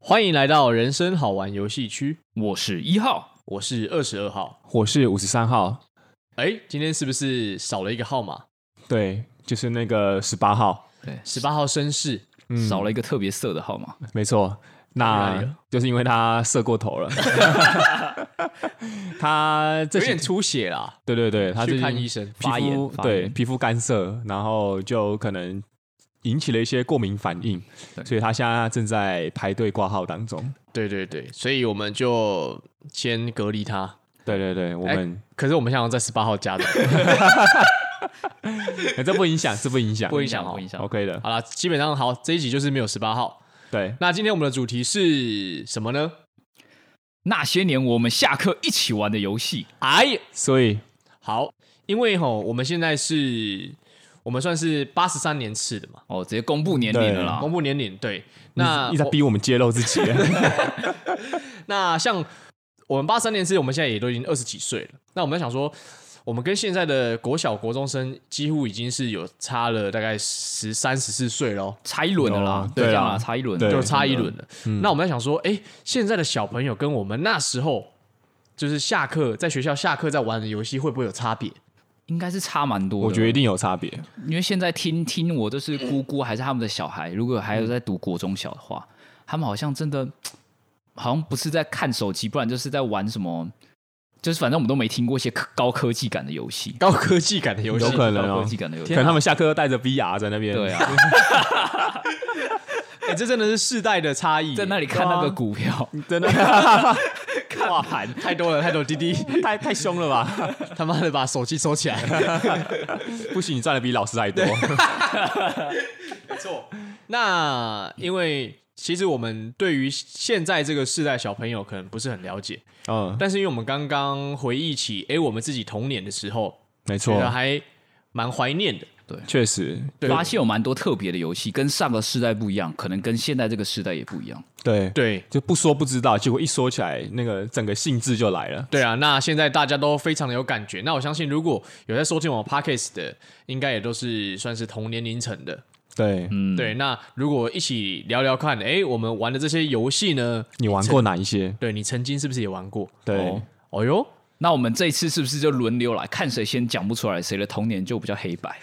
欢迎来到人生好玩游戏区，我是一号，我是二十二号。我是五十三号，哎，今天是不是少了一个号码？对，就是那个十八号，十八号绅士，嗯少了一个特别色的号码。没错，哪里啊那了就是因为他射过头了， 他这有些点出血啦，对对对，他去最看近医生，皮发炎肤，发对炎。皮肤干涩，然后就可能引起了一些过敏反应，对所以他现在正在排队挂号当中。对对对，所以我们就先隔离他。对对对，我哎们、可是我们想要在十八号 加的，哎这不影响，这不影响，不影响哦不影响。 ，OK 的。好啦，基本上好，这一集就是没有十八号。对，那今天我们的主题是什么呢？那些年我们下课一起玩的游戏，哎呀，所以好，因为吼，我们现在是，我们算是八十三年次的嘛，哦，直接公布年龄了啊啦公。布年龄。对，那那一直在我逼我们揭露自己， 那像我们八三年次，我们现在也都已经二十几岁了。那我们在想说，我们跟现在的国小国中生几乎已经是有差了大概十三十四岁喽，差一轮了啦哦，对对啦，啦差一轮，对嗯就差一轮了。那我们在想说，哎、现在的小朋友跟我们那时候就是下课在学校下课在玩的游戏会不会有差别？ 应该是差蛮多的。我觉得一定有差别。啊因为现在听听我都是姑姑还是他们的小孩，如果还有在读国中小的话，他们好像真的好像不是在看手机，不然就是在玩什么，就是反正我们都没听过一些科高科技感的游戏，高科技感的游戏有，可能哦高科技感的游可戏。能他们下课都带着 VR 在那边，对 啊，哎、这真的是世代的差异耶，在那里看那个股票，真的挂盘太多了，太多滴滴， 太太凶了吧？ 他妈的把手机收起来。 不行，你赚的比老师还多。那因为其实我们对于现在这个世代小朋友可能不是很了解，嗯，但是因为我们刚刚回忆起，诶，我们自己童年的时候，没觉错，得还蛮怀念的。确实，发现有蛮多特别的游戏，跟上个世代不一样，可能跟现在这个世代也不一样。对，对就不说不知道，结果一说起来，那个整个兴致就来了。对啊，那现在大家都非常的有感觉。那我相信，如果有在收听我们 podcast 的，应该也都是算是同年龄层的。对，嗯，对，那如果一起聊聊看，诶，我们玩的这些游戏呢，你玩过哪一些？对你曾经是不是也玩过？对哦，哦哟，那我们这一次是不是就轮流来看谁先讲不出来，谁的童年就比较黑白，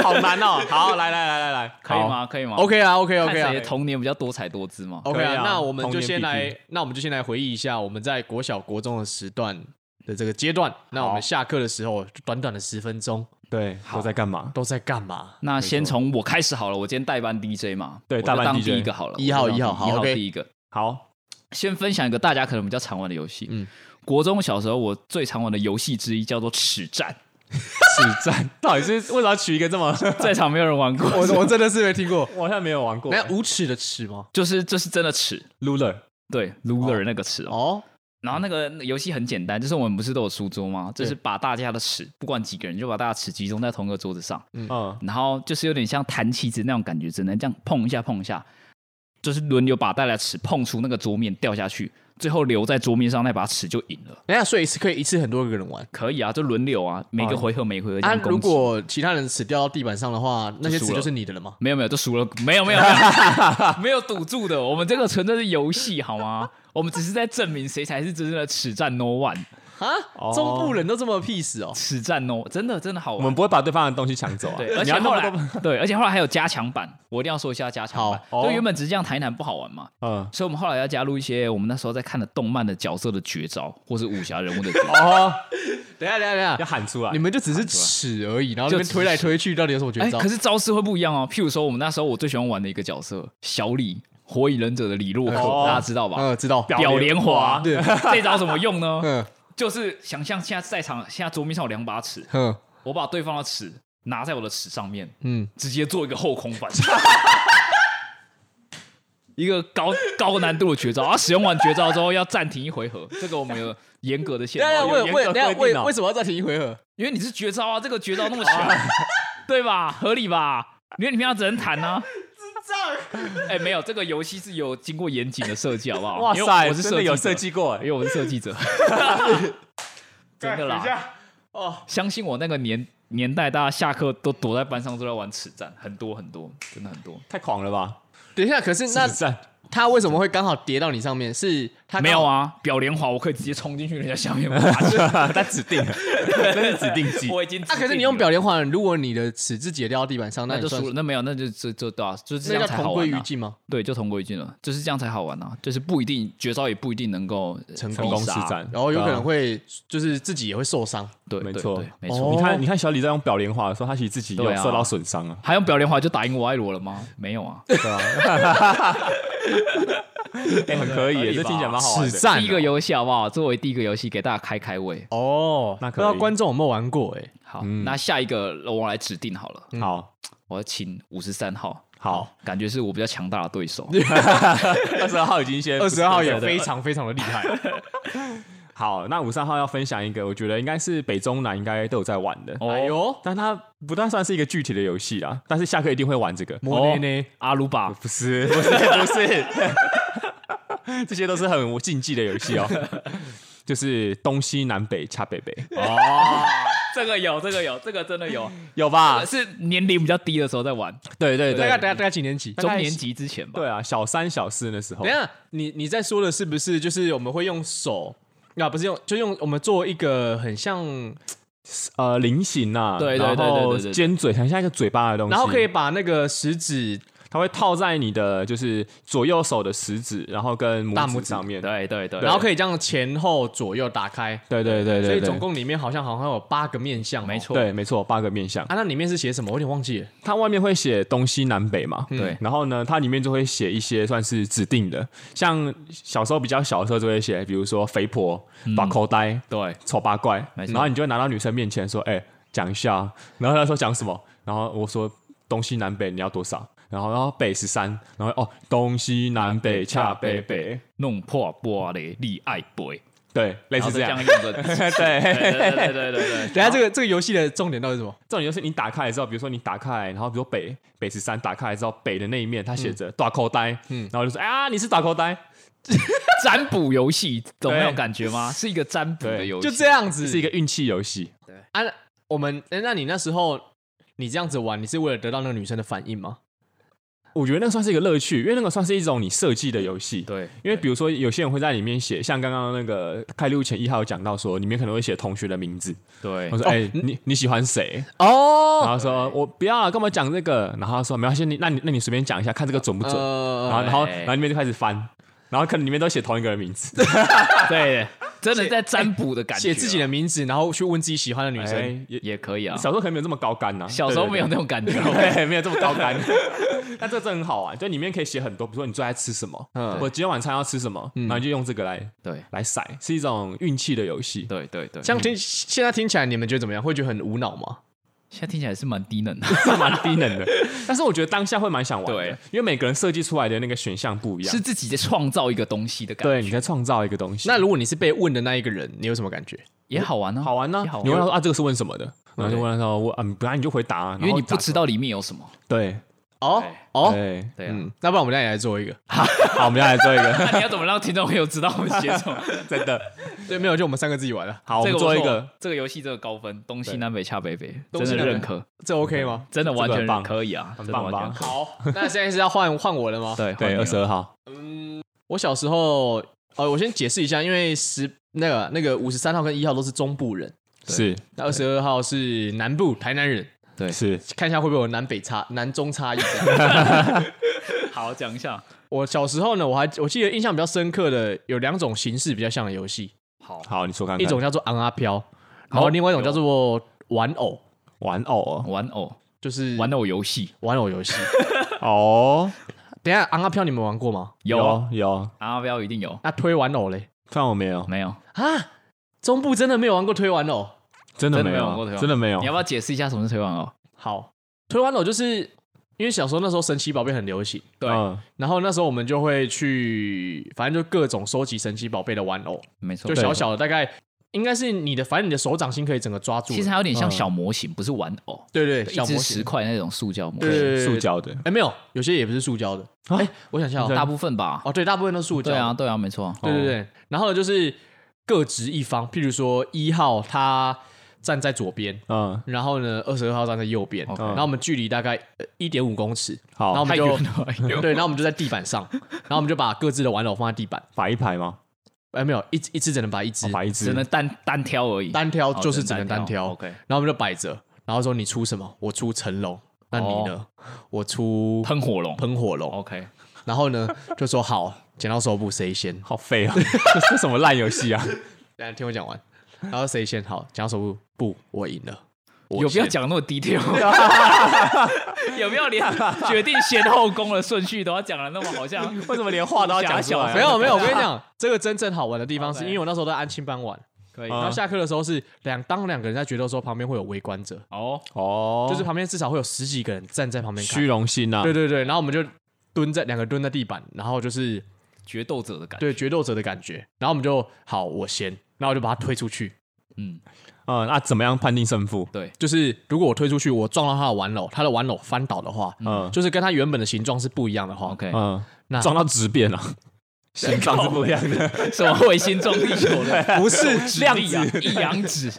好难哦。好，来来来来来，可以吗？可以吗 OK 啊，OK 看 OK 啊，谁的童年比较多才多姿嘛？ OK 可以啊，啊那我们就童年先必来，那我们就先来回忆一下我们在国小、国中的时段的这个阶段。那我们下课的时候，短短的十分钟对，都在干嘛？都在干嘛？那先从我开始好了，我今天代班 DJ 嘛，对我就代班当 DJ 第一个好了，一号我就一号当好一号 OK 第一个。好，先分享一个大家可能比较常玩的游戏，嗯嗯，国中小时候我最常玩的游戏之一叫做尺战， 此战到底是为什么要取一个这么？，在场没有人玩过， 我我真的是没听过我好像没有玩 过那无耻的耻吗？就是就是真的尺， Ruler，对 ruler 那个尺哦。哦，然后那个游戏很简单，就是我们不是都有书桌吗？就是把大家的尺，不管几个人，就把大家尺集中在同一个桌子上，嗯，然后就是有点像弹棋子那种感觉，只能这样碰一下碰一下，就是轮流把大家的尺碰出那个桌面掉下去，最后留在桌面上那把尺就赢了。等一下，所以是可以一次很多个人玩。可以啊，就轮流啊，每个回合每个回合这啊，样攻击。如果其他人尺掉到地板上的话，那些就尺输了就是你的了吗？没有没有，就输了，没有没有 没有没有赌注的，我们这个纯粹是游戏好吗？我们只是在证明谁才是真正的尺战 no one，啊，哦中部人都这么 peace 哦。尺战 no，真的真的好我玩们。不会把对方的东西抢走啊。 对，而你且要那后么来多，对，而且后来还有加强版，我一定要说一下加强版。好就哦原本只是这样谈一谈不好玩嘛，嗯，所以我们后来要加入一些我们那时候在看的动漫的角色的绝招，或是武侠人物的绝招。哦，等一下，等一下，要等一下，喊出来啊你。们就只是尺而已，然后那边就只推来推去，到底有什么绝哎、招可？是招式会不一样哦。譬如说，我们那时候我最喜欢玩的一个角色小李，火影忍者的李洛克，哦大家知道吧？嗯，知道。表表莲莲华，华对， 这招怎么用 呢？嗯就是想象现在在场，现在桌面上有两把尺，哼我把对方的尺拿在我的尺上面，嗯，直接做一个后 空翻，一个高高难度的绝招。啊，使用完绝招之后要暂停一回合，这个我们有严格的限等啊一下，制，为为有严格等一下规定为哦为什么要再停一回合？因为你是绝招啊，这个绝招那么 强，对吧？合理吧？因为你们要只能弹啊。智障！哎，没有，这个游戏是有经过严谨的设计，好不好？哇因为塞，我是真的有设计设者计过因为我是设计者，真的啦。哦，相信我，那个年年代，大家下课都躲在班上都在玩尺战，很多很多，真的很多。太狂了吧？等一下，可是那实战他为什么会刚好叠到你上面？是他刚没有好？啊，表莲华我可以直接冲进去人家下面爬去，他指定 了，那是指定技。我已经啊，可是你用表莲花，如果你的尺字节掉到地板上，那你就算输了，是那没有，那就这这对啊，就是这那样叫才好同归玩于啊。尽吗？对，就同归于尽了，就是这样才好玩啊，就是不一定绝招也不一定能够呃成成功功必施杀展，然后有对啊可能会就是自己也会受伤，对，没对错对没哦错。你看，你看小李在用表莲花的时候，他其实自己有对啊受到损伤啊。还用表莲华就打赢我爱罗了吗？没有啊，哎，很可以合耶，理吧这听起来蛮好玩是的。战哦第一个游戏好不好？作为第一个游戏给大家开开胃。哦。那不可知以道观众有没有玩过？哎，好，嗯那下一个我来指定好了，好，我要请五十三号。好，感觉是我比较强大的对手。 二十二号已经先，二十二号也对对对非常非常的厉害。好。那五三号要分享一个，我觉得应该是北中南应该都有在玩的，哎呦，但它不但算是一个具体的游戏啦，但是下课一定会玩这个。莫内呢？阿鲁巴，不是，不是，不是，这些都是很禁忌的游戏哦。就是东西南北恰北北，这个有，这个有，这个真的 有，有吧？啊是年龄比较低的时候在玩，对对哦大对概，大概大概几年级？中年级之前吧。对啊，小三小四那时候等一，下，你你在说的是不是就是我们会用手？啊，不是用，就用我们做一个很像，呃，菱形啊，对对对对然后对对对尖嘴，很像一个嘴巴的东西，然后可以把那个食指它会套在你的就是左右手的食指，然后跟大拇拇指指上面，对对对，然后可以这样前后左右打开，对对对对，所以对总共里面好像好像有八个面相哦、没错，对，没错，八个面相，啊，那里面是写什么？我有点忘记了。嗯它外面会写东西南北嘛，对然后呢，它里面就会写一些算是指定的，像小时候比较小的时候就会写，比如说肥婆、把口呆、对，丑八怪，没错然后你就会拿到女生面前说，哎、讲一下啊，然后她说讲什么，然后我说东西南北你要多少，然后然后北十三，然后哦东西南北恰北北，弄破玻璃立爱杯，对，类然后似就这哎这样样。用着。 对对，对对对对对，等一下这个这个游戏的重点到底是什么？重点就是你打开来之后，比如说你打开来，然后比如说北北十三打开来之后，北的那一面它写着大口呆，嗯，然后就说啊你是大口呆，占卜游戏懂那对种感觉吗？是一个占卜的对游戏，就这样嗯这是子一个运气游戏。啊？那我们、诶那你那时候你这样子玩，你是为了得到那个女生的反应吗？我觉得那个算是一个乐趣，因为那个算是一种你设计的游戏。对，因为比如说，有些人会在里面写，像刚刚那个开录前一号有讲到说，里面可能会写同学的名字。对我，说：“哎、你你喜欢谁？”然哦，后说：“我不要了，啊干嘛讲这个？”然后他说：“没关系，你那你那你随便讲一下，看这个准不准。然呃，后然后哎然后里面就开始翻，然后可能里面都写同一个人名字。对，真的在占卜的感觉，啊写自己的名字，然后去问自己喜欢的女生。哎也也可以啊。小时候可能没有这么高干呐、小时候没有那么种感觉，对， 没有这么高干。但这真的很好玩，就里面可以写很多，比如说你最爱吃什么，嗯我今天晚餐要吃什么，嗯然后你就用这个来对来骰，是一种运气的游戏。对对对，这样听现在听起来，你们觉得怎么样？会觉得很无脑吗？现在听起来是蛮低能的，是蛮低能 的，但是我觉得当下会蛮想玩的对，因为每个人设计出来的那个选项不 一样，是自己在创造一个东西的感觉，对你在创造一个东西，那如果你是被问的那一个人，你有什么感觉？也好玩啊，好玩呢也好？玩你问他说啊，这个是问什么的？然后就问他说，我嗯，本来你就回答啊，因为你不知知道里面有什么。对哦对哦，对，对啊，嗯，那不然我们俩也来做一个。好，我们要来做一个，那 你要怎么让听众朋友知道我们写什 么？真的对，没有，就我们三个自己玩了，好，我这个们做一不个错，这个游戏这个高分，东西对南北恰北北，东真西的南北认可，这 OK 吗？真的完这个很全棒可以啊，很真的棒完全吧可以好，那现在是要换换我了吗？对对二十二号，我小时候，呃，我先解释一下，因为十那个那个五十三号跟一号都是中部人，是那二十二号是南部台南人，是看一下会不会有南北差、南中差异这样。 好讲一下，我小时候呢，我还我记得印象比较深刻的有两种形式比较像的游戏，好好，你说看看一种叫做昂阿啊飘，然后另外一种叫做玩偶，玩偶哦玩偶就是玩偶游戏玩偶游戏。哦，等一下昂阿啊飘你们玩过吗？有有，阿标一定有，那推玩偶嘞？看我没有，没有？啊，中部真的没有玩过推玩偶。真的真的没没有玩过有，啊推真的没有你要，不要解释一下什么是推玩偶？好，推玩偶就是因为小时候那时候神奇宝贝很流行，对，嗯然后那时候我们就会去，反正就各种收集神奇宝贝的玩偶，没错就，小小的，大概应该是你的，反正你的手掌心可以整个抓住。其实还有点嗯像小模型，不是玩偶，对对，一小只模十型，块那种塑胶模对型，对对，塑。胶的，哎，没有，有些也不是塑胶的。哎，我想想哦，大大部分吧。哦，对，大部分都是塑胶。啊对啊，，对哦啊，没错。哦对对对。然后呢，就是各执一方，譬如说一号他站在左边，嗯，然后呢，二十二号站在右边， OK 然后我们距离大概呃一点五公尺，然后好我，们哦太就远了，哎呦对，然后我们就在地板上，然后我们就把各自的玩偶放在地板，摆一排吗？哎，没有，一只一只只能摆一只哦，摆一只只能，单单挑而已，单挑哦就是只能单挑， OK，然后我们就摆着，然后说你出什么，我出成龙，那你呢？我出喷火哦龙喷火龙， ，OK，然后呢就说好，剪刀石头布谁先？好废啊！ 这是什么烂游戏啊？等一下听我讲完，然后谁先好，剪刀石头布，不，我赢了。有必要讲那么低调？有必要连决定先后宫的顺序都要讲的那么好像？为什么连话都要讲出来啊？ 假小没有没有，我跟你讲，这个真正好玩的地方是 OK 因为我那时候在安亲班玩，可以然啊后下课的时候是两当两个人在决斗的时候，旁边会有围观者，哦，哦，就是旁边至少会有十几个人站在旁边看虚。荣心啊对，对对，然后我们就蹲在两个蹲在地板，然后就是决斗者的感觉，对决斗者的感觉，然后我们就好我先，然后我就把他推出去。嗯，嗯，那怎么样判定胜负？对，就是如果我推出去，我撞到他的玩偶，他的玩偶翻倒的话，嗯就是跟他原本的形状是不一样的话 OK，嗯那，撞到直 变了，形状是不一样的，什么彗星撞地球的不是量子啊一阳指，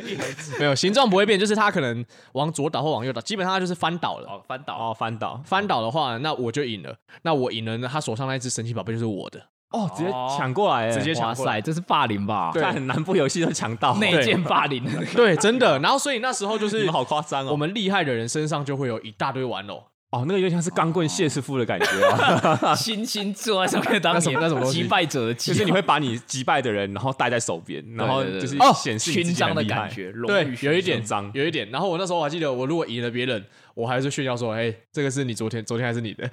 没有形状不会变，就是他可能往左倒或往右倒，基本上他就是翻倒了。哦， 翻倒，哦，翻倒，翻倒的话，那我就赢了。那我赢了，那他手上那一只神奇宝贝就是我的。哦，直接抢过来欸，直接哇抢过来塞，这是霸凌吧？对看南部游戏都抢到，哦内对建霸凌，对，真的。然后所以那时候就你是们好夸张哦！我们厉害的人身上就会有一大堆玩偶，哦，那个有点像是钢棍谢师傅的感觉哦啊， 星星坐在上面当那什么那什么年东西击败者的击 就是你会把你击败的人，然后带在手边，然后对对就对是对显示勋你自己很章的厉害感。觉，荣对誉勋章有一点勋章有一点。然后我那时候我还记得，我如果赢了别人，我还是炫耀说：“哎，这个是你昨天，昨天还是你的。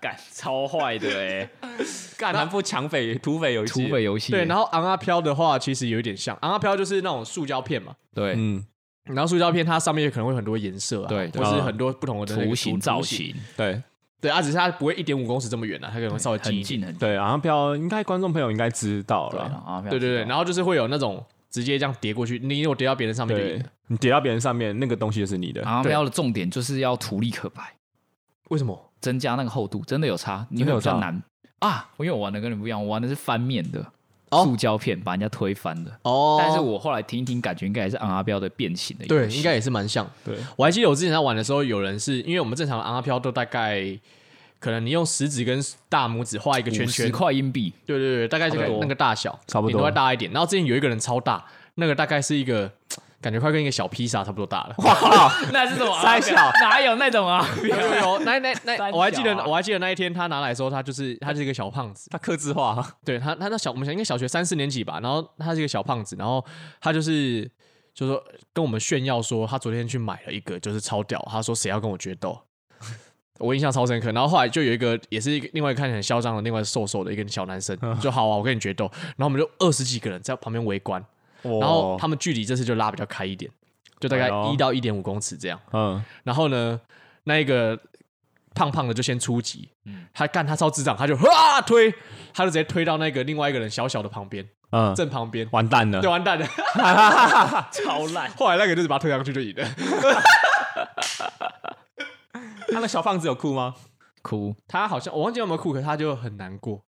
感超坏的哎， 干南部抢匪、土匪游戏，土匪，游”戏，对。然后昂阿飘的话，其实有一点像昂阿啊飘，就是那种塑胶片嘛。对嗯，然后塑胶片它上面有可能会有很多颜色啊，对或对是很多不同的那个图形造。型对对，啊，只是它不会一点五公尺这么远啊，它可能会稍微近很一点。近很近，对，然后票应该观众朋友应该知道对了，啊，对对对，然后然后就是会有那种直接这样叠过去，你如果叠到别人上面就赢对了。你叠到别人上面，那个东西就是你的。阿对喵的重点就是要图力可白，为什么？增加那个厚度，真的有差，你真的会有比较差难啊。因为我玩的跟你不一样，我玩的是翻面的哦塑胶片，把人家推翻的。哦但是我后来听一听，感觉应该也是昂阿彪的变形的游对，戏应该也是蛮像。对， 我还记得我之前在玩的时候，有人是因为我们正常的昂阿啊飘都大概，可能你用食指跟大拇指画一个圈50圈，块硬币，对对对，大概这个差不多那个大小，差不多顶多再大一点。然后之前有一个人超大，那个大概是一个，感觉快跟一个小披萨差不多大了。那是什么？啊三小 哪有那种啊？有有有，那那三那，小啊我还记得，我还记得那一天他拿来的时候，他就是他是一个小胖子，它刻字化，对他他那小我们想应该小学三四年级吧，然后他是一个小胖子，然后他就是就说跟我们炫耀说他昨天去买了一个就是超屌，他说谁要跟我决斗， 我印象超深刻。然后后来就有一个也是一个另外一个看起来很嚣张的，另外瘦瘦的一个小男生，就好啊，我跟你决斗。然后我们就二十几个人在旁边围观，然然后他们距离这次就拉比较开一点，就大概哎呦一到一点五公尺这样。嗯，然后呢，那一个胖胖的就先出击，他干他超智障，他就哇推，他就直接推到那个另外一个人小小的旁边，嗯，正旁边，完蛋了对，，完蛋了，超烂，后来那个就是把他推上去就赢了，那个小胖子有哭吗？哭，他好像我忘记有没有哭，可是他就很难过，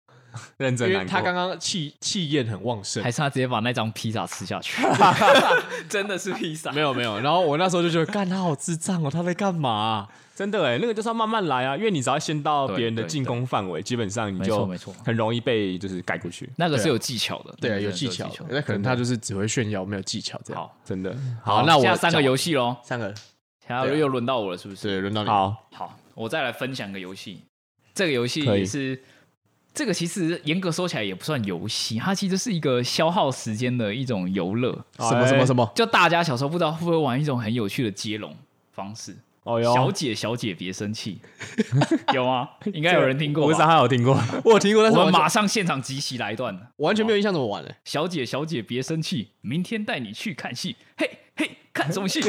认因真难为过，他刚刚气气焰很旺盛还。是他直接把那张披萨吃下去？ 真的是披萨没哦有没有，然后我那时候就觉得，干他好智障哦，他在干嘛啊、真的哎，那个就是要慢慢来啊，因为你只要先到对别人的对进攻范围，基本上你没就错没错很容易被就是盖过去，那个是有技巧的，对啊，那个有真的技是巧，那可能他就是只会炫耀，没有技巧这样。好。真的。嗯好，那我现在三个讲游戏喽，三个，现在对啊又轮到我了，是不是？对，轮到你。好，好，我再来分享个游戏。这个游戏可以也是，这个其实严格说起来也不算游戏，它其实是一个消耗时间的一种游乐。什么什么什么？么？就大家小时候不知道会不会玩一种很有趣的接龙方式，哦啊小哟，姐小姐别 生气，有吗？应该有人听过啊我吧。知道他有听过，我有听过，但我是们完全马上现场集齐来一段。完全没有印象怎么玩的。小姐小姐别生气，明天带你去看戏。嘿嘿，看什 么戏？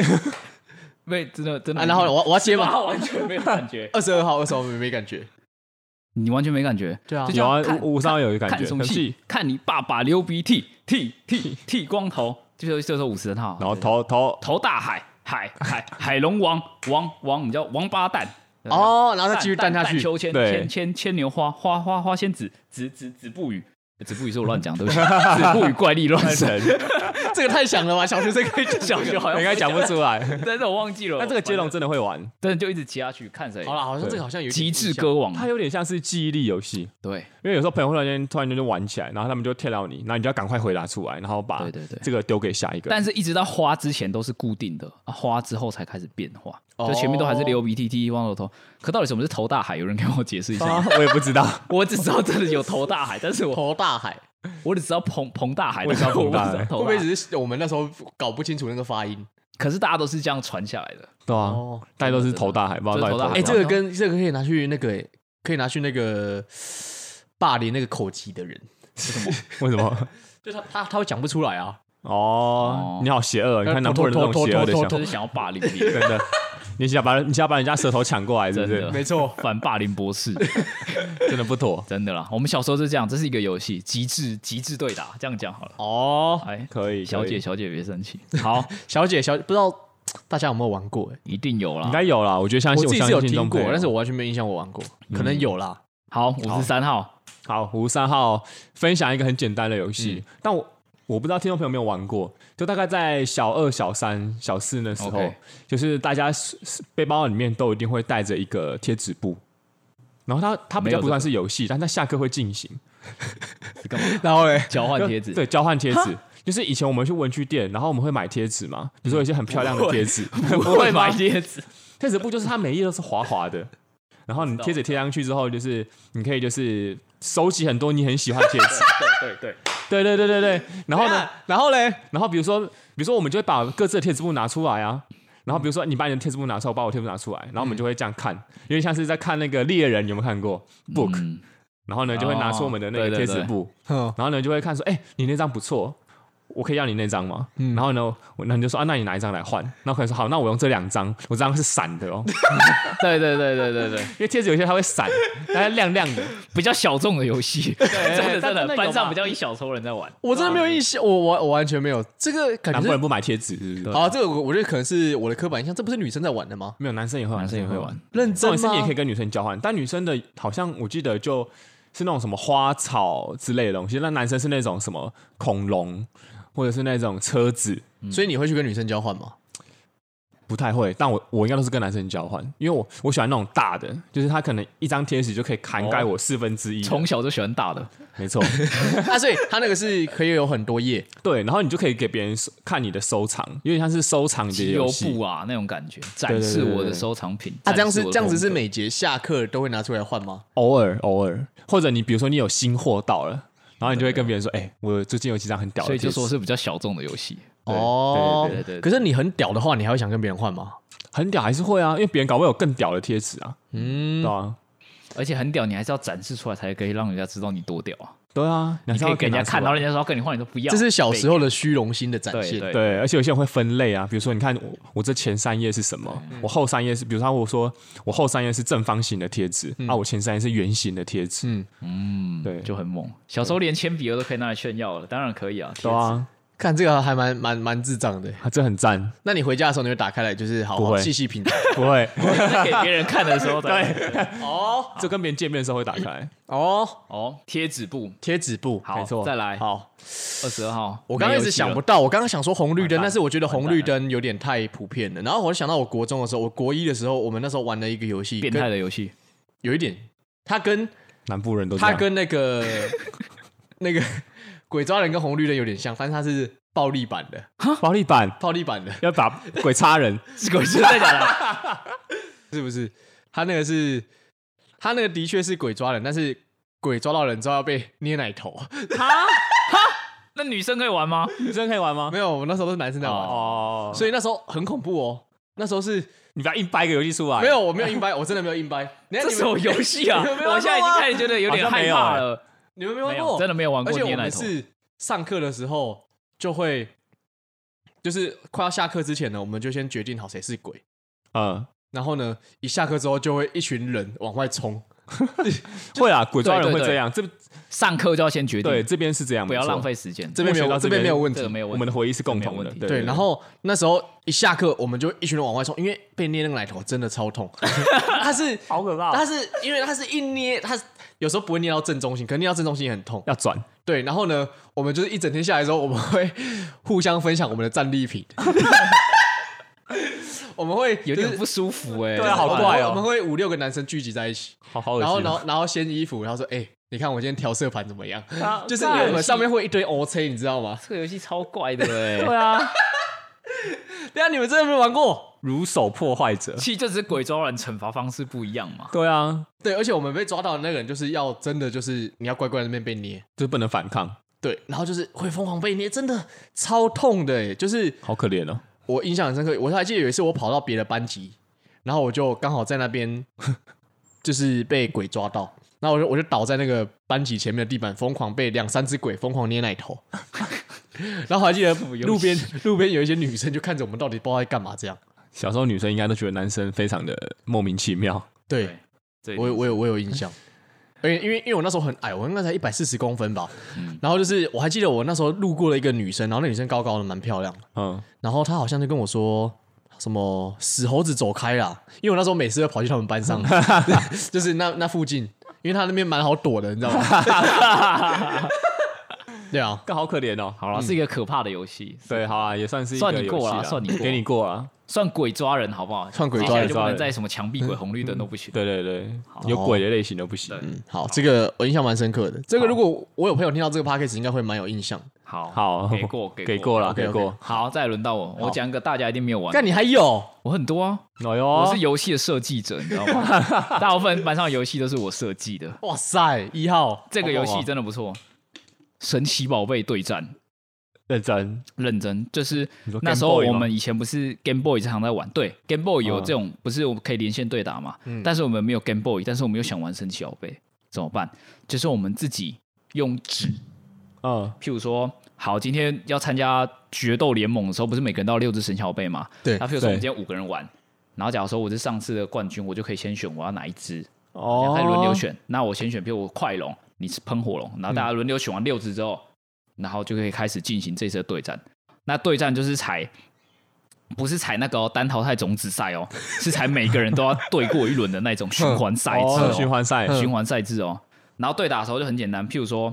喂，真的真的、啊，然后我我要接嘛 哇，，完全没有感觉，二十二号二十号没没感觉。 你完全没感觉。对啊就有啊像看，五五三有一个感看觉，什么戏？？看你爸爸流鼻涕，剃 剃剃光头，就是就是五十人号，然后头头投大海，海 海海龙王王王，我们叫王八蛋。哦，然后再继续蛋淡下去。秋千对牵牵牵牛花花花花仙子子子子不语，子不语是我 乱讲，对不起，子不语怪力乱神， 哎这个太强了吧？小学生可以小学好应像该讲不出来。 但是我忘记了。那这个接龙真的会玩，真的就一直接下去，看 谁好了，好像这个好像有点极致印象歌王，它有点像是记忆力游戏，对因为有时候朋友忽然间突然间就玩起来，然后他们就跳到你，然后你就要赶快回答出来，然后把对对对这个丢给下一个。但是一直到花之前都是固定的，啊，花之后才开始变化，哦就前面都还是流鼻涕、涕汪头头。可到底什么是头大海？有人给我 解释一下吗啊，我也不知道，我只知道真的有头大海，但是 我头大海，我只知道彭彭大海，我也知道但是我彭大不海知道会头不大会海。只是我们那时候搞不清楚那个发音？可是大家都是这样传下来的， 对啊，哦大家都是头大海，不知道到底就是头大海哎、哎，这个跟这个可以拿去那个、欸，可以拿去那个霸凌那个口级的人，为什么？就他他他会讲不出来啊。哦，你好邪恶！你看南部人这种邪恶的想就法，是想要霸凌别人， 真的，你想把人你想把人家舌头抢过来，是不真的是？没 错，反霸凌博士， 真的不妥。真的啦。我们小时候就这样，这是一个游戏，极致极致对打，这样讲好了。哦，哎，可以，小可以姐，小姐别生气，好，小姐小不知道大家有没有玩过、欸？一定有啦应。该有啦。我觉得相信我自己相是有信听听众过朋，友但是我完全没有印象我玩过，可能有啦。 好，五十三号，好，五十三号分享一个很简单的游戏，但我我不知道听众朋友有没有玩过，就大概在小二、小三、小四那时候 OK 就是大家是是背包里面都一定会带着一个贴纸布，然后它它比没有较这不算是游戏，但它下课会进行然后嘞，交换就贴纸， 对，交换贴纸。就是以前我们去文具店，然后我们会买贴纸嘛，比如说有一些很漂亮的贴纸，嗯 不会买贴纸，贴纸布就是它每一页都是滑滑的，然后你贴纸贴上去之后，就是你可以就是收集很多你很喜欢的贴纸， 对对，对对对对对，然后呢，然后嘞，然后比如说，比如说我们就会把各自的贴纸布拿出来啊。然后比如说你把你的贴纸布拿出来，我把我贴纸布拿出来，然后我们就会这样看，有点像是在看那个猎人，有没有看过 book？、嗯然后呢就会拿出我们的那个哦贴对对纸布，嗯，然后呢就会看说，哎、你那张不错，我可以要你那张吗？嗯然后呢，我那你就说啊，那你拿一张来换。那我可能说好，那我用这两张，我这张是闪的哦，对对对对对 对，因为贴纸有些它会闪，它亮亮的。比较小众的游戏， 真的但真真的的，嗯有班上吧比较一小撮人在玩，我真的没有印象，我我我完全没有这个感南觉部是人。不买贴纸是不是？好、这个我我觉得可能是我的刻板印象，这不是女生在玩的吗？没有，男生也会玩，男生也会玩。认这真种事吗？情也可以跟女生交换，但女生的好像我记得就是那种什么花草之类的东西，那男生是那种什么恐龙或者是那种车子，所以你会去跟女生交换 吗？不太会。但我我应该都是跟男生交换，因为我我喜欢那种大的，就是他可能一张贴纸就可以涵哦盖我四分之一的。从小就喜欢大的，没 错，啊，所以他那个是可以有很多页，对，然后你就可以给别人收看你的收藏，有点像是收藏的集邮游戏布。啊那种感觉，展示我的收藏品。 啊，这样展示是我的这样子是风格每节下课都会拿出来换吗？偶尔偶尔，或者你比如说你有新货到了，然后你就会跟别人说：“哎、我最近有几张很屌的所贴以纸。”就说是比较小众的游戏。对哦，对对对对可是你很屌的话，你还会想跟别人换吗？很屌还是会啊，因为别人搞不好有更屌的贴纸啊，嗯，对啊，而且很屌，你还是要展示出来，才可以让人家知道你多屌啊！对啊，你还你是可要以给人家看，拿然后出来人家说要哦跟你换，你都不要。这是小时候的虚荣心的展对现。对对，而且有些人会分类啊，比如说你看我我这前三页是什么，我后三页是，比如说我说我后三页是正方形的贴纸，啊，我前三页是圆形的贴纸，嗯嗯，对就很猛。小时候连铅笔盒都可以拿来炫耀了，当然可以啊。对啊，看这个还蛮蛮蛮智障的。啊这很赞，那你回家的时候，你会打开来，就是好不好会细细品。不 会，贴纸，这是给别人看的 时候对。 哦就跟别人见面的时候会打开，哦，哦，贴纸布，贴纸布，好没错再来好。二十二号。我刚刚一直想不到，我刚刚想说红绿灯，完蛋但是我觉得红绿灯有点太普遍了。然后我就想到我国中的时候，我国一的时候，我们那时候玩了一个游戏，变跟态的游 戏，有一点，它跟南部人都这它样，跟那 个那个鬼抓人跟红绿灯有点像，但是它是暴力版的，啊暴力版暴力版的，要打鬼插人，是鬼是在讲的。是不是？它那个是它那个的确是鬼抓人，但是鬼抓到人之后要被捏奶头。那女生可以玩吗？女生可以玩吗？没有，我那时候都是男生在玩，哦，所以所以那时候很恐怖哦。那时候是你不要硬掰一个游戏出来，没有，我没有硬掰，我真的没有硬掰。这哎这什么游戏啊？我现在已经开始觉得有点好像害没有怕欸了。你们没没玩有，过？真的没有玩而过且捏我奶们头。是上课的时候就会，就是快要下课之前呢，我们就先决定好谁是鬼，嗯，然后呢，一下课之后就会一群人往外冲。会啊，鬼抓人对会对这样，这上课就要先决定，对这边是这样，不要没错浪费时间。这边没目前有，到这这边边没有问这题个。没有问题，我们的回忆是共这没有同的，问题对，然后那时候一下课，我们就一群人往外冲，因为被捏那个奶头真的超痛。 他 是好可怕哦他是因为他是一捏，他有时候不会捏到正中心，可能捏到正中心也很痛。要转，对，然后呢，我们就是一整天下来之后，我们会互相分享我们的战利品。 我们会有就点是不舒服哎、对啊好怪哦我们会五六个男生聚集在一起，好好恶然后心然哦。后然后掀衣服，然后说：“哎、你看我今天调色盘怎么样？” 啊就是因对为我们上面会一堆 O C，你知道吗？这个游戏超怪的哎、 对啊，对啊，你们真的没玩过？如手破坏者。其实就只是鬼抓人惩罚方式不一样嘛。对啊，对，而且我们被抓到的那个人就是要真的就是你要乖乖在那边被捏，就是不能反抗，对，然后就是会疯狂被捏，真的超痛的欸，就是好可怜哦。我印象很深刻，我还记得有一次我跑到别的班级，然后我就刚好在那边 就是被鬼抓到，然后我就我就倒在那个班级前面的地板，疯狂被两三只鬼疯狂捏奶头， 然后我还记得路边路边有一些女生就看着我们到底不知道在干嘛这样，小时候女生应该都觉得男生非常的莫名其妙，对对对我有我有我有印象。 因为因为因为我那时候很矮，我应该才一百四十公分吧。然后就是我还记得我那时候路过了一个女生，然后那女生高高的，蛮漂亮的。嗯，然后她好像就跟我说什么“死猴子走开啦”，因为我那时候每次都跑去他们班 上， 就是那那附近，因为他那边蛮好躲的，你知道吗？ 对啊，更好可怜哦。好了，是一个可怕的游戏，对，好啊，也算是一算个你游戏过啦啦算你过给你过啊。算鬼抓人好不好？算鬼接抓下来人就抓不人能在什么墙壁、鬼红绿灯都不行。对对对，有鬼的类型都不行。对，好，这个我印象蛮深刻的。这个如果我有朋友听到这个 p a c k a g e 应该会蛮有印象。好好，给过给过过了， OK，OK 给过。好，再轮到我，我讲一个大家一定没有玩但，你还有我很多啊，哎呦，我是游戏的设计者，你知道吗？ 大部分班上的游戏都是我设计的，哇塞，一号这个游戏好真的不错，《神奇宝贝对战》。认真，认真，就是你说那时候 Game Boy 我吗嗯们以前不是 Game Boy 常常在玩，对 Game Boy 有这种、不是我们可以连线对打嘛？但是我们没有 Game Boy，但是我们又想玩神奇宝贝，怎么办？就是我们自己用纸，嗯，譬如说，好，今天要参加决斗联盟的时候，不是每个人都要六只神奇宝贝嘛？对那譬如说我们对今天五个人玩，然后假如说我是上次的冠军，我就可以先选我要哪一只，哦，再轮流选。那我先选，比如我快龙，你是喷火龙，然后大家轮流选完六只之后，然后就可以开始进行这次的对战。那对战就是踩，不是踩那个、哦、单淘汰种子赛哦，是踩每个人都要对过一轮的那种循环赛制、哦哦，循环赛，循环赛制哦。然后对打的时候就很简单，譬如说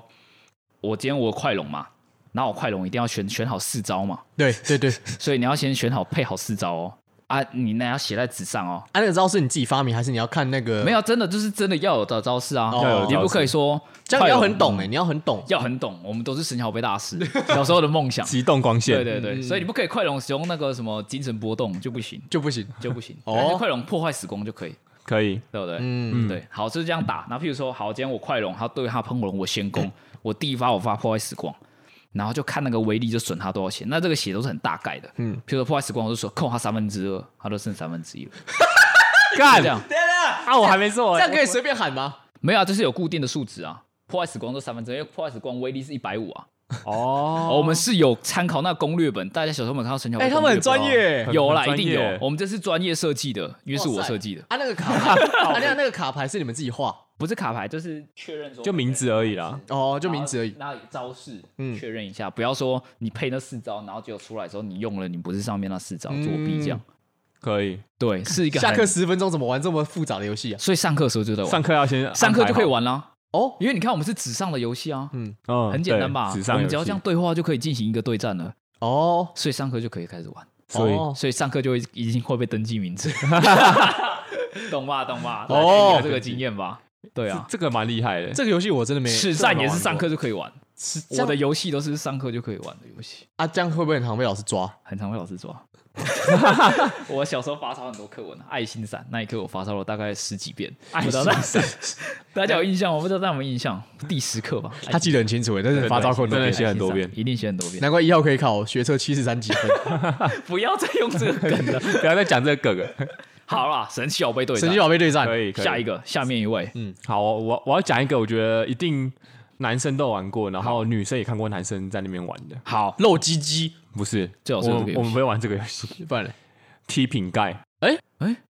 我今天我有快龙嘛，然后我快龙一定要选选好四招嘛，对对对，所以你要先选好配好四招哦。啊，你那要写在纸上哦，啊，那个招是你自己发明还是你要看那个？没，有，真的就是真的要有的招式啊，哦要有你招不式可以说这样你要快龙嗯很懂哎、你要很懂。要很懂，我们都是神桥杯大师，小时候的梦 想。激动光线，对对嗯对，所以你不可以快龙使用那个什么精神波动就不行，就不行，就不行。哦但是快龙破坏死攻就可以，可以，对不对？嗯，对。好，就是这样打。那譬如说，好，今天我快龙，他对他喷火龙，我先攻，我第一发我发破坏死光，然后就看那个威力就损他多少血。那这个血都是很大概的，嗯。譬如说破坏死光，我就说扣他三分之二，他就剩三分之一了。干就这样啊，我还没做这欸，样可以随便喊吗？没有啊，就是有固定的数值啊。破坏死光就三分之二，因为破坏死光威力是一百五啊。哦，哦，我们是有参考那个攻略本，大家小时候有没有看到神桥？哎、他们很专业、很有啦，很一专定有业。我们这是专业设计的，因为是我设计的，啊，那个卡牌， 啊，那那个卡牌是你们自己画不是卡牌，就是确认说就名字而已啦，哦，就名字而已。那招式确认一下，不要说你配那四招，然后结果出来的时候你用了，你不是上面那四招作弊这样。可以。对，是一个嗯下很课，十分钟怎么玩这么复杂的游戏啊？所以上课的时候就在玩，上课要先哦上课就可以安玩啦。哦，因为你看我们是纸上的游戏啊，排好，嗯，很简单吧？对纸我上们只要这样，对话就可以进行一个对战了，哦，所以上课就可以开始玩。所以哦所以上课就会已经会被登记名字，懂吧？懂吧？哦大家有这个经验吧？对啊，这个蛮厉害的，这个游戏我真的没实战也是上课就可以玩，我的游戏都是上课就可以玩的游戏，啊，这样会不会很常被老师抓？很常被老师抓。我小时候发烧很多课文，爱心伞那一课我发烧了大概十几遍，爱心伞，大家有印象吗？我不知道大家有没有印象，第十课吧，他记得很清楚，但是发烧困真的难。写很多遍爱心伞，一定写很多遍，难怪一号可以考学测七十三几分。不要再用这个梗了。不要再讲这个梗了。 好啦，神奇宝贝对战，神奇宝贝对战，可以，可以下一个，下面一位，好，我我我要讲一个，我觉得一定男生都有玩过，然后女生也看过男生在那边玩的，好，肉鸡鸡，不是？最好我是这个游们戏我们不会玩这个游戏，不然嘞踢瓶盖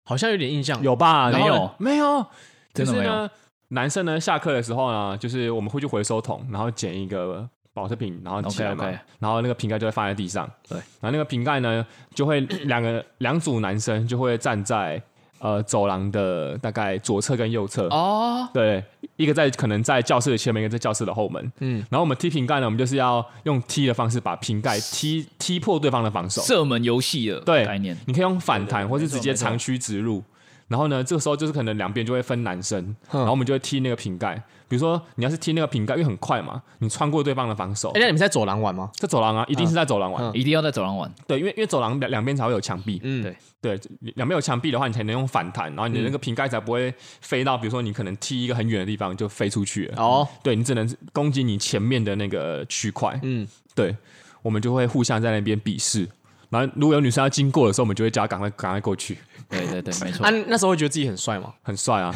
好像有点印象。有吧？没有然后呢没有，真的就是没有呢。男生呢，下课的时候呢，就是我们会去回收桶，然后捡一个保特瓶，然后起来嘛 OK，OK 然后那个瓶盖就会放在地上。对 然后那个瓶盖呢，就会两个两组男生就会站在呃走廊的大概左侧跟右侧。哦，对，一个在可能在教室的前门，一个在教室的后门。嗯，然后我们踢瓶盖呢，我们就是要用踢的方式把瓶盖踢踢破对方的防守。射门游戏的对概念，你可以用反弹，或是直接没错长驱直入。然后呢，这个时候就是可能两边就会分男生，然后我们就会踢那个瓶盖。比如说，你要是踢那个瓶盖，因为很快嘛，你穿过对方的防守哎、。那你们在走廊玩吗？这走廊啊，一定是在走廊玩，嗯一定要在走廊玩。对，因为因为走廊两两边才会有墙壁，嗯，对对，两边有墙壁的话，你才能用反弹，然后你的那个瓶盖才不会飞到，比如说你可能踢一个很远的地方就飞出去了。哦，对你只能攻击你前面的那个区块，嗯，对，我们就会互相在那边比试。然后如果有女生要经过的时候，我们就会叫她赶快赶快过去，对对对，没错啊，。那时候会觉得自己很帅吗？很帅啊！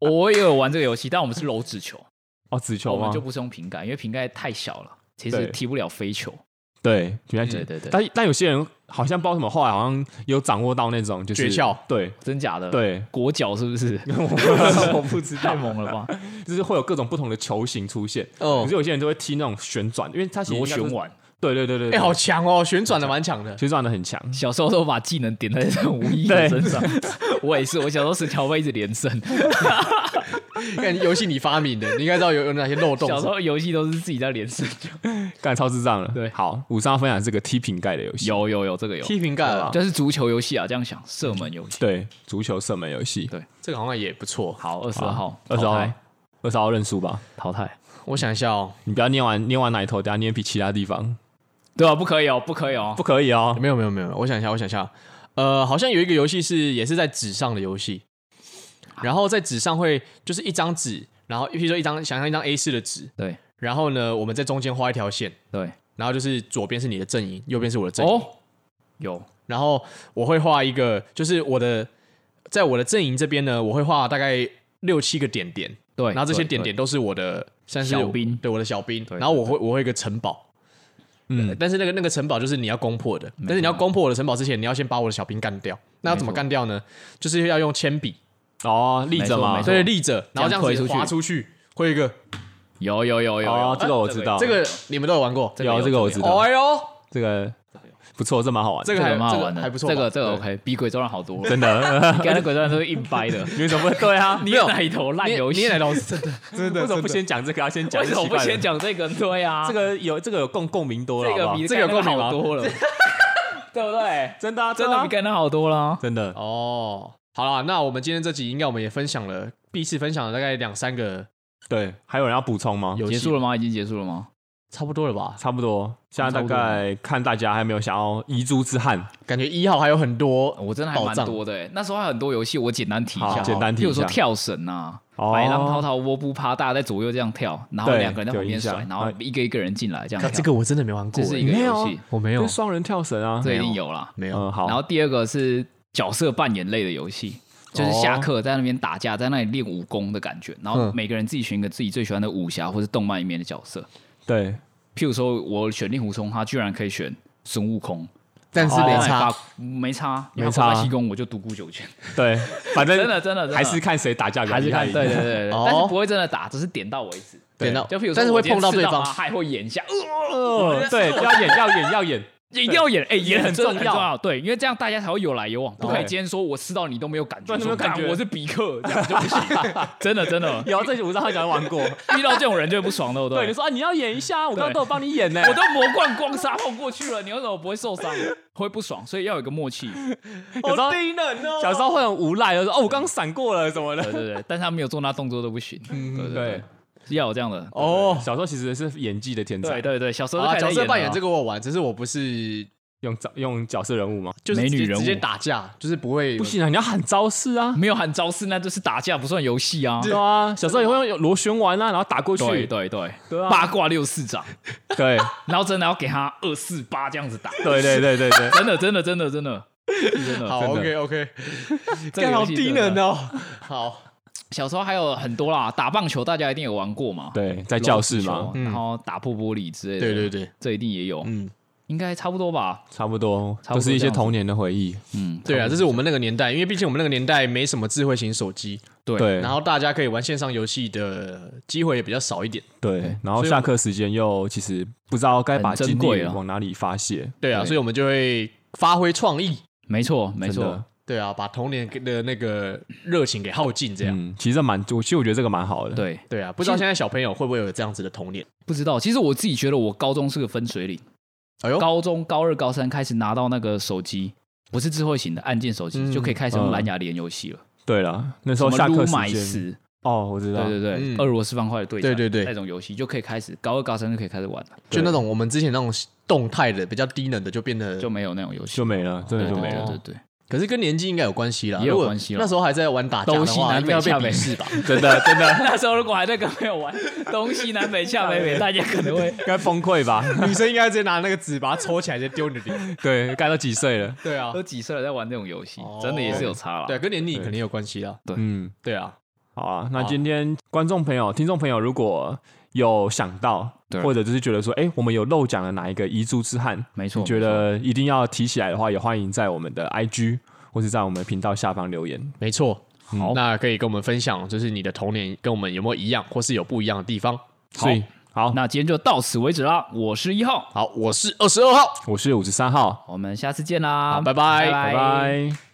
我也有玩这个游戏，但我们是揉纸球，哦，直球我们吗就？不是用瓶盖，因为瓶盖太小了，其实对踢不了飞球。对，原来对对对，但但有些人好像不知道为什么，后来好像有掌握到那种就是诀窍，对真假的？，对，国脚是不是？ 我不知太猛了 吧！就是会有各种不同的球形出现。哦可是有些人就会踢那种旋转，因为它其实螺应该就是旋，丸，对对对对，哎、对好强哦，旋转的蛮强的。旋转的很强。小时候都把技能点在这种无意的身 上。我也是，我小时候石桥会一直连胜，看游戏你发明的，你应该知道有有哪些漏洞。小时候游戏都是自己在连 胜。干超智障了。对好，五三要分享这个踢瓶盖的游戏，有有有，这个有，踢瓶盖了吧，就是足球游戏啊，这样想，射门游戏。对足球射门游戏。这个好像也不错。好，二十二号，二十淘号汰，二十号认输吧。淘汰。我想一下哦，你不要念完念完奶头，等下念比其他地方对啊，不可以哦，不可以哦不。可以哦。没有没有没有，我想一下，我想一下，呃，好像有一个游戏是也是在纸上的游戏，然后在纸上会就是一张纸，然后譬如说一张想象一张 A 4的纸，对然后呢我们在中间画一条线，对，然后就是左边是你的阵营，右边是我的阵营，嗯哦，有然后我会画一个，就是我的在我的阵营这边呢，我会画大概六七个点点，对，然后这些对点点，都是我的算是小兵对我的小兵，对然后我会我会有一个城堡。嗯，但是那个那个城堡就是你要攻破的，但是你要攻破我的城堡之前，你要先把我的小兵干掉。那要怎么干掉呢？就是要用铅笔，哦，立着嘛没。错对，立着，然后这这样样推子出去划出去，会有一个对有有有有哦有，，这个我知道，这个你们都有玩过。有这个我知哦道，哎呦，这个不错，这蛮好玩的。这这个还个蛮好玩这的，个还不错吧这个这个对 OK，比鬼抓人好 多了。真的，你刚才鬼抓人都是硬掰 的，你怎么对啊？你有哪一头烂你游你戏也？来 到真的，真的为什么不先讲这个，要先讲为什么不先？讲这个？对啊， 这个有这个有共共鸣多了，这好个不好比这个有刚才共鸣好吗多了， 对不对？真的啊真的的啊比刚才好多了。真的哦，好啦，那我们今天这集应该我们也分享了，彼此分享了大概两三个对。还有人要补充吗？游戏，结束了吗？已经结束了吗？差不多了吧？差不多，现在差大不多概看大家还有没有想要遗珠之憾，感觉一号还有很多，我真的还宝蛮藏多的欸，那时候还有很多游戏，我简单提一好下，简单提一比下如说跳绳啊，哦白浪滔滔窝不趴，大家在左右这样跳，然后对两个人在旁有边印象甩，然后哎一个一个人进来 这样看跳。这个我真的没玩过这欸，是一个没有游戏，我没有就，是双人跳绳啊，这一定有啦。没有，嗯好，然后第二个是角色扮演类的游戏，就是下哦课在那边打架，在那里练武功的感觉。然后嗯每个人自己选一个自己最喜欢的武侠或是动漫里面的角色。对，譬如说，我选令狐冲，他居然可以选孙悟空，但是哦没那差法，没差，没差啊西宫我就独孤九剑， 对，反正真的真的真的还是看谁打架比较还是厉害看一对点。对对对，哦但是不会真的打，只是点到为止。点到就譬如说，但是会碰到对方还会演一下，呃对，要演要演要演，一定要演，哎，演很很重重要要，对，因为这样大家才会有来有往，不哦可以今天说我吃到你都没有感觉，对说都没有感觉干我是比克，这样就不 行，真的真的，有这些我上好像玩过，遇到这种人就会不爽的，对不对，你对？说啊你要演一下，我刚刚对都有帮你演呢，我都魔冠光杀碰过去了，你为什么不会受伤？会不爽，所以要有一个默契。有时候低能哦 小时候会很无赖，就说哦我刚闪过了什么对的。对 对，但是他没有做那动作都不行。对对对，嗯对，要有这样的。哦，小时候其实是演技的天才对，对哦对，小时候就啊，开始角色扮演这个，个我有玩，只是我不是用角用角色人物吗？就是美直女接人物直接打架，就是不会不行啊，你要喊招式啊。没有喊招式，那就是打架，不算游戏啊。对啊，小时候也会用螺旋丸啊，然后打过去，对对对，对啊八卦六四掌，对然后真的要给他二四八这样子打，对对对对对，真的真的真的真 的真的，好真的 OK OK，这个游戏啊真的。哦， 好，小时候还有很多啦，打棒球大家一定有玩过嘛， 对，在教室嘛嘛，，嗯然后打破玻璃之类的，对对对，这一定也有，嗯，应该差不多吧。差不多差不多都是一这些样子童年的回忆。嗯，对啊，差这是我们那个年代，因为毕竟我们那个年代没什么智慧型手机，不多，对，然后大家可以玩线上游戏的机会也比较少一点，对，然后所以下课时间又其实不知道该把很珍精贵力啊往哪里发泄，对啊，对所以我们就会发挥创意，没错没真错的。对啊，把童年的那个热情给耗尽，这样、嗯，其实蛮，我其实我觉得这个蛮好的。，啊对，对啊，不知道现在小朋友会不会有这样子的童年？不知道。其实我自己觉得我高中是个分水岭，哎哦呦，高中高二、高三开始拿到那个手机，不是智慧型的按键手机，嗯就可以开始用嗯蓝牙连游戏了。对了，那时什候么下撸课买时间，十，哦，我知道，对对对，嗯俄罗斯方块的对战，对对对那种游戏就可以开始，高二、高三就可以开始玩了，就那种我们之前那种动态的比较低能的，就变得就没有那种游戏就。没了，真对对的就对没了。对对， 可是跟年纪应该有关系啦，也有如果关系啦那时候还在玩打架东的西话，南应北该要被下鄙北视吧？ 真的 真的，那时候如果还在跟朋友玩东西南北下 北北，大家可能会应该崩溃 吧？女生应该直接拿那个纸把它抽起来，直接丢你的脸。 对，该都几岁了？对啊都，几岁了在玩这种游戏哦，真的也是有差了。对啊，跟年龄肯定有关系啦。嗯，对啊，好啊。那好今天观众朋友、听众朋友，如果有想到对，或者就是觉得说，哎、我们有漏讲了哪一个遗珠之憾，没错你觉得一定要提起来的话，也欢迎在我们的 IG 或是在我们频道下方留言。没错。好嗯那可以跟我们分享，就是你的童年跟我们有没有一样，或是有不一样的地方。所以，好，那今天就到此为止啦。我是一号，好，我是二十二号，我是五十三号，我们下次见啦，好拜拜拜拜